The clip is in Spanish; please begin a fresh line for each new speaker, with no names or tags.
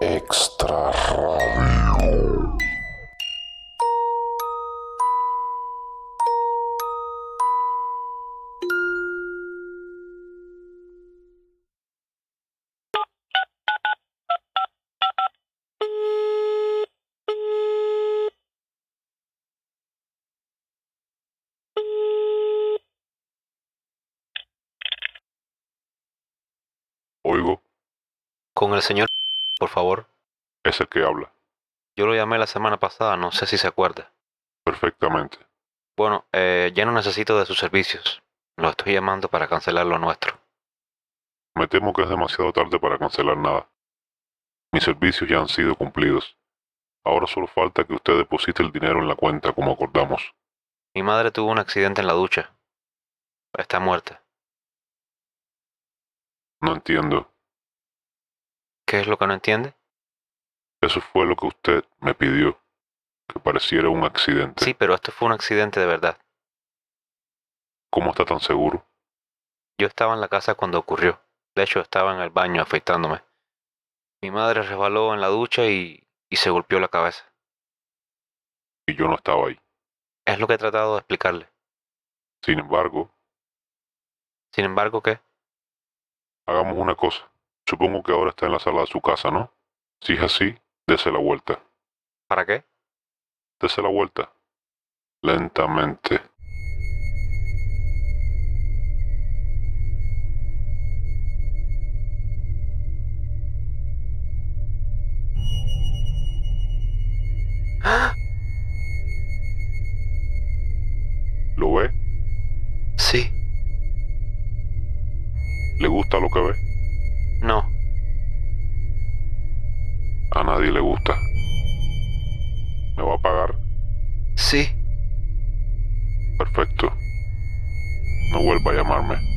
Extra Radio. Oigo,
Con el señor, por favor.
es el que habla.
Yo lo llamé la semana pasada, no sé si se acuerda.
Perfectamente.
Bueno, eh, ya no necesito de sus servicios. Lo estoy llamando para cancelar lo nuestro.
Me temo que es demasiado tarde para cancelar nada. Mis servicios ya han sido cumplidos. Ahora solo falta que usted deposite el dinero en la cuenta como acordamos.
Mi madre tuvo un accidente en la ducha. Está muerta.
No entiendo.
¿Qué es lo que no entiende?
Eso fue lo que usted me pidió. Que pareciera un accidente.
Sí, pero esto fue un accidente de verdad.
¿Cómo está tan seguro?
Yo estaba en la casa cuando ocurrió. De hecho, estaba en el baño afeitándome. Mi madre resbaló en la ducha y, y se golpeó la cabeza.
Y yo no estaba ahí.
Es lo que he tratado de explicarle.
Sin embargo,
Sin embargo, ¿qué?
hagamos una cosa. Supongo que ahora está en la sala de su casa, ¿no? Si es así, dese la vuelta.
¿Para qué?
Dese la vuelta. Lentamente. ¿Lo ve?
Sí.
¿Le gusta lo que ve?
No.
A nadie le gusta. ¿Me va a pagar?
Sí.
Perfecto. No vuelva a llamarme.